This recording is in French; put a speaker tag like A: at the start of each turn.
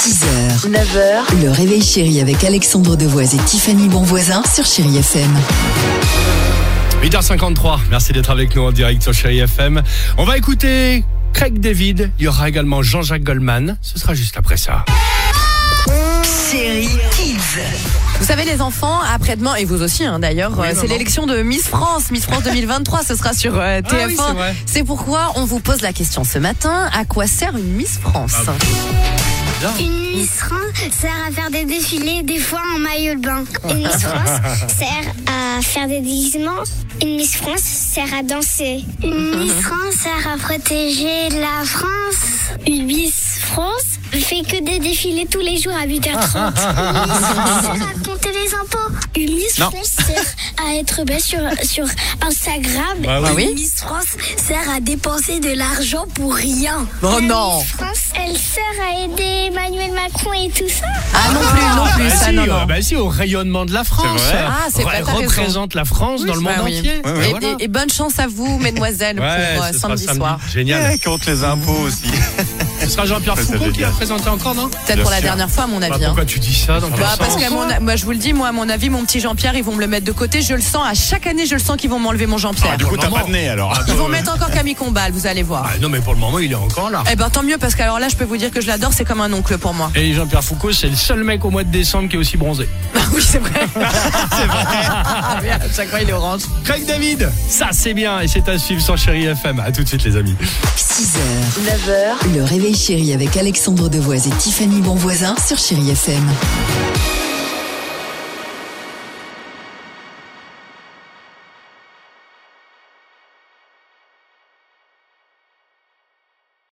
A: 6h, 9h, le réveil chéri avec Alexandre Devoise et Tiffany Bonvoisin sur Chéri FM.
B: 8h53, merci d'être avec nous en direct sur Chéri FM. On va écouter Craig David, il y aura également Jean-Jacques Goldman, ce sera juste après ça.
C: Ah,
A: Chéri Kids.
C: Vous savez les enfants, après-demain, et vous aussi hein, d'ailleurs, euh, c'est
B: maman.
C: l'élection de Miss France, Miss France 2023, ce sera sur euh,
B: Ah oui,
C: TF1.
B: c'est vrai.
C: c'est pourquoi on vous pose la question ce matin, à quoi sert une Miss France
B: Ah
D: Une Miss France sert à faire des défilés, des fois en maillot de bain. Une Miss France sert à faire des déguisements. Une Miss France sert à danser.
B: Mhm.
D: Une Miss France sert à protéger la France. Une Miss France fait que des défilés tous les jours à 8h30. Une Miss France sert à compter les impôts. Une Miss
B: Non.
D: France sert à être belle sur, sur Instagram.
B: Bah oui.
C: Bah oui.
D: Une Miss France sert à dépenser de l'argent pour rien.
C: Oh
D: La
C: non.
D: Miss France, elle sert à aider Emmanuel Macron et tout ça.
C: Ah non plus, non plus,
B: Bah
C: ça
B: si,
C: non, non.
B: euh, bah si, au rayonnement de la France.
E: C'est vrai.
C: Ah, c'est vrai,
B: Re-
C: t'as raison.
B: représente la France dans le monde
C: Bah oui.
B: entier.
E: Ouais,
C: Et,
E: ouais,
B: voilà.
C: et- et bonne chance à vous, mesdemoiselles,
B: Ouais,
C: pour euh,
B: ce sera
C: samedi, soir.
B: Génial.
E: Eh, Contre les impôts aussi.
B: Ce sera Jean-Pierre
E: Ça, c'est
B: Foucault qui
E: génial.
B: l'a présenté encore, non
C: Peut-être pour la
E: sûr.
C: dernière fois, à mon
B: Bah,
C: avis. hein.
B: Pourquoi tu dis ça dans quel
C: Bah, parce
B: sens
C: que mon, moi, je vous le dis, moi, à mon avis, mon petit Jean-Pierre, ils vont me le mettre de côté. Je le sens, à chaque année, je le sens qu'ils vont m'enlever mon Jean-Pierre.
E: Ah, du coup, t'as Euh,
B: Maman.
E: pas de nez alors.
C: ils vont mettre encore Camille Combal, vous allez voir.
B: Ah, Non mais pour le moment, il est encore là.
C: Eh ben tant mieux, parce qu'alors là, je peux vous dire que je l'adore, c'est comme un oncle pour moi.
B: Et Jean-Pierre Foucault, c'est le seul mec au mois de décembre qui est aussi bronzé.
C: Bah oui, c'est vrai. Ah,
B: Chaque fois, il est orange. Craig David, ça c'est bien et c'est à suivre sur Chéri FM. À tout de suite, les amis.
A: 6h, 9h, le réveil chéri avec Alexandre Devoise et Tiffany Bonvoisin sur Chéri FM.